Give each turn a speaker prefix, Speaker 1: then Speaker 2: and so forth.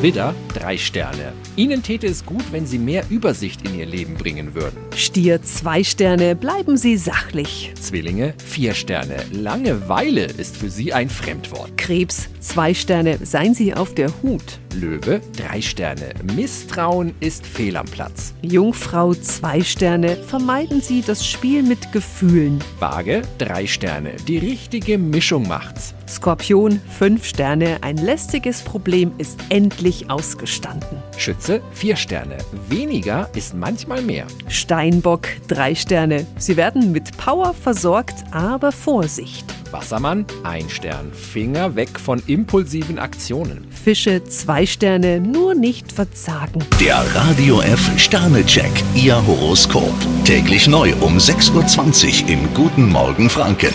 Speaker 1: Widder, drei Sterne. Ihnen täte es gut, wenn Sie mehr Übersicht in Ihr Leben bringen würden.
Speaker 2: Stier zwei Sterne, bleiben Sie sachlich.
Speaker 1: Zwillinge, vier Sterne. Langeweile ist für Sie ein Fremdwort.
Speaker 2: Krebs zwei Sterne, seien Sie auf der Hut.
Speaker 1: Löwe, drei Sterne. Misstrauen ist fehl am Platz.
Speaker 2: Jungfrau zwei Sterne, vermeiden Sie das Spiel mit Gefühlen.
Speaker 1: Waage, drei Sterne. Die richtige Mischung macht's.
Speaker 2: Skorpion fünf Sterne, ein lästiges Problem ist endlich ausgestanden.
Speaker 1: Schütze, vier Sterne. Weniger ist manchmal mehr.
Speaker 2: Steinbock drei Sterne, Sie werden mit Power versorgt, aber Vorsicht.
Speaker 1: Wassermann, ein Stern. Finger weg von impulsiven Aktionen.
Speaker 2: Fische zwei Sterne, nur nicht verzagen.
Speaker 3: Der Radio F Sternecheck, Ihr Horoskop. Täglich neu um 6.20 Uhr im Guten Morgen Franken.